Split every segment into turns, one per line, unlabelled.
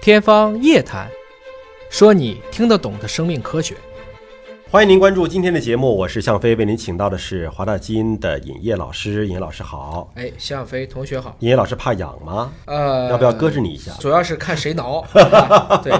天方夜谭，说你听得懂的生命科学。
欢迎您关注今天的节目，我是向飞，为您请到的是华大基因的尹烨老师。尹烨老师好，
哎，向飞同学好，
尹烨老师怕痒吗？
呃，
要不要搁置你一下？
主要是看谁 挠，啊对，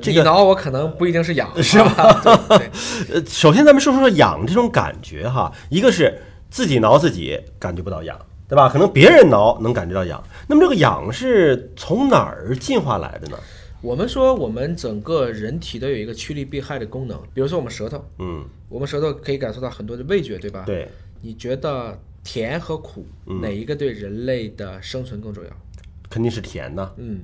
这
你
个
挠我可能不一定是痒， 是吧？ 对对
呃，首先咱们说说痒这种感觉哈，一个是自己挠自己感觉不到痒，对吧？可能别人挠能感觉到痒。那么这个痒是从哪儿进化来的呢？
我们说我们整个人体都有一个趋利避害的功能，比如说我们舌头，
嗯，
我们舌头可以感受到很多的味觉，对吧？
对，嗯
你觉得甜和苦哪一个对人类的生存更重要？
肯定是甜呐。
嗯，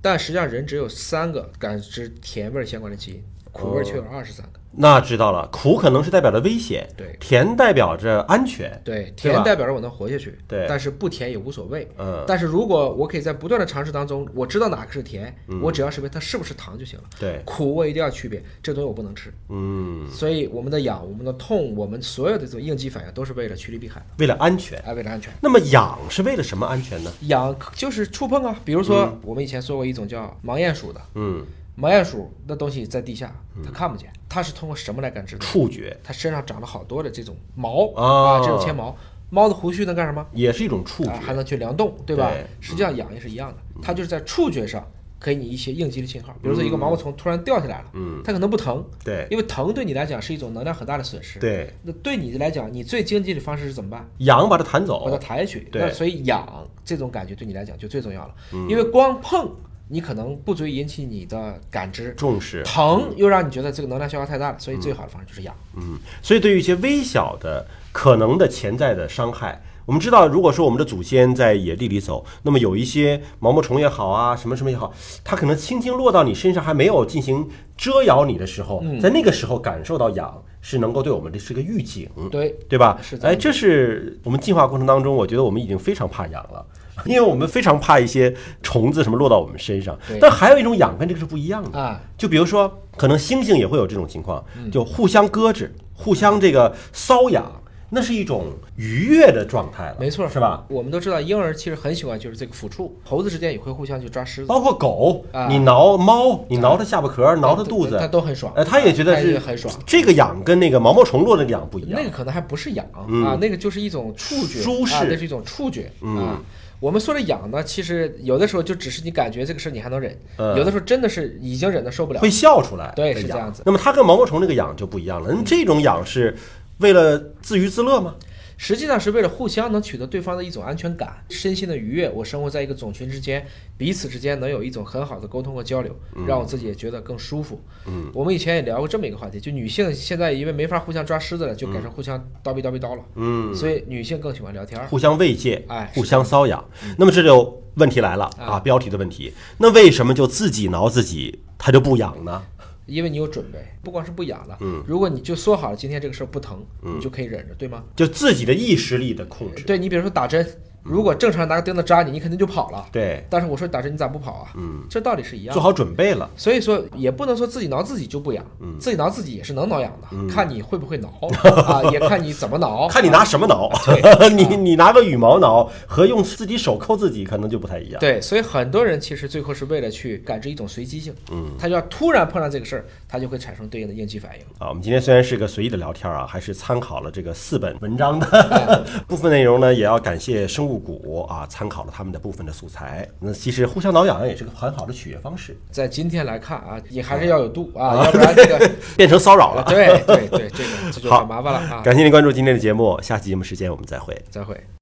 但实际上人只有三个感知甜味儿相关的基因，苦味儿却有二十三个。
那知道了，苦可能是代表着危险，
对
甜代表着安全，
对，
对吧
甜代表着我能活下去，
对
但是不甜也无所谓。
嗯，
但是如果我可以在不断的尝试当中，我知道哪个是甜，我只要识别它是不是糖就行了。
嗯对，
苦我一定要区别，这东西我不能吃。
嗯，
所以我们的痒、我们的痛、我们所有的这种应激反应都是为了趋利避害，
为了安全。
哎，为了安全。
那么痒是为了什么安全呢？
痒就是触碰啊，比如说、我们以前说过一种叫盲鼹鼠的，
嗯，
盲鼹鼠那东西在地下，它看不见，它是通过什么来感知的？
触觉
它身上长了好多的这种毛
啊
啊，这种纤毛。猫的胡须能干什么？
也是一种触
啊
觉，
还能去量动，对吧？
对嗯
实际上痒也是一样的，它就是在触觉上给你一些应激的信号，比如说一个毛毛虫突然掉下来了，
嗯，
它可能不疼，
对
因为疼对你来讲是一种能量很大的损失。，
对，
那对你来讲，你最经济的方式是怎么办？
痒把它弹
把它
走，
抬起去。
哦对嗯
那所以痒这种感觉对你来讲就最重要了，因为光碰你可能不足以引起你的感知，
重视，
疼又让你觉得这个能量消耗太大了，所以最好的方式就是痒。
嗯，所以对于一些微小的可能的潜在的伤害，我们知道，如果说我们的祖先在野地里走，那么有一些毛毛虫也好啊，什么什么也好，它可能轻轻落到你身上，还没有进行遮咬你的时候，在那个时候感受到痒，是能够对我们的是个预警，
对，
对吧？
是的
哎，这是我们进化过程当中，我觉得我们已经非常怕痒了，因为我们非常怕一些虫子什么落到我们身上
对。
但还有一种痒跟这个是不一样的，
啊，
就比如说，可能猩猩也会有这种情况，
嗯
就互相搁置、互相这个瘙痒，那是一种愉悦的状态了，
没错，
是吧？？
我们都知道，婴儿其实很喜欢就是这个抚触，猴子之间也会互相去抓狮子，
包括狗
啊，
你挠猫，你挠它下巴壳，挠它肚
它
子，
哦都很爽。
呃，它也觉得
它
是
很爽。
这个痒跟那个毛毛虫落的那个痒不一样嗯
那。个可能还不是痒、啊，那个就是一种触觉，
舒适嗯
啊，那是一种触觉、啊。我们说的痒呢，其实有的时候就只是你感觉这个事儿你还能忍，
嗯
有的时候真的是已经忍的受不了。
会笑出来，
对
的
是这
痒
样子。嗯
那么它跟毛毛虫那个痒就不一样了。那么这种痒是为了自娱自乐吗？
实际上是为了互相能取得对方的一种安全感、身心的愉悦。我生活在一个种群之间，彼此之间能有一种很好的沟通和交流，
嗯
让我自己也觉得更舒服。嗯，我们以前也聊过这么一个话题，就女性现在因为没法互相抓狮子了，就改成互相叨逼叨逼叨了。
嗯，
所以女性更喜欢聊天儿。
互相慰藉，
啊哎
互相瘙痒。那么这就问题来了啊，标题的问题。那为什么就自己挠自己，它就不痒呢？
因为你有准备，不光是不痒了，嗯，如果你就说好了今天这个事儿不疼，
嗯
你就可以忍着，对吗？
就自己的意识力的控制。
对你比如说打针，
嗯
如果正常人拿个钉子扎你，你肯定就跑了，
对，
但是我说打针你咋不跑啊？嗯，这道理是一样的
做。好准备了。
所以说也不能说自己挠自己就不痒，
嗯
自己挠自己也是能挠痒的，看你会不 会挠啊，也看你怎么挠。
看你拿什么挠， 你你拿个羽毛挠和用自己手抠自己可能就不太一样。
对，所以很多人其实最后是为了去感知一种随机性，嗯，他就要突然碰上这个事儿，他就会产生对应的应激反应。
啊，我们今天虽然是个随意的聊天啊，还是参考了这个四本文章的 部分内容呢，也要感谢生物谷啊，参考了他们的部分的素材。那其实互相挠痒痒也是个很好的取悦方式，
在今天来看啊，你
嗯
还是要有度啊，要不然这个，
变成骚扰了。
对对对，这个这就很麻烦了啊。
感谢您关注今天的节目，下期节目时间我们再会。
再会。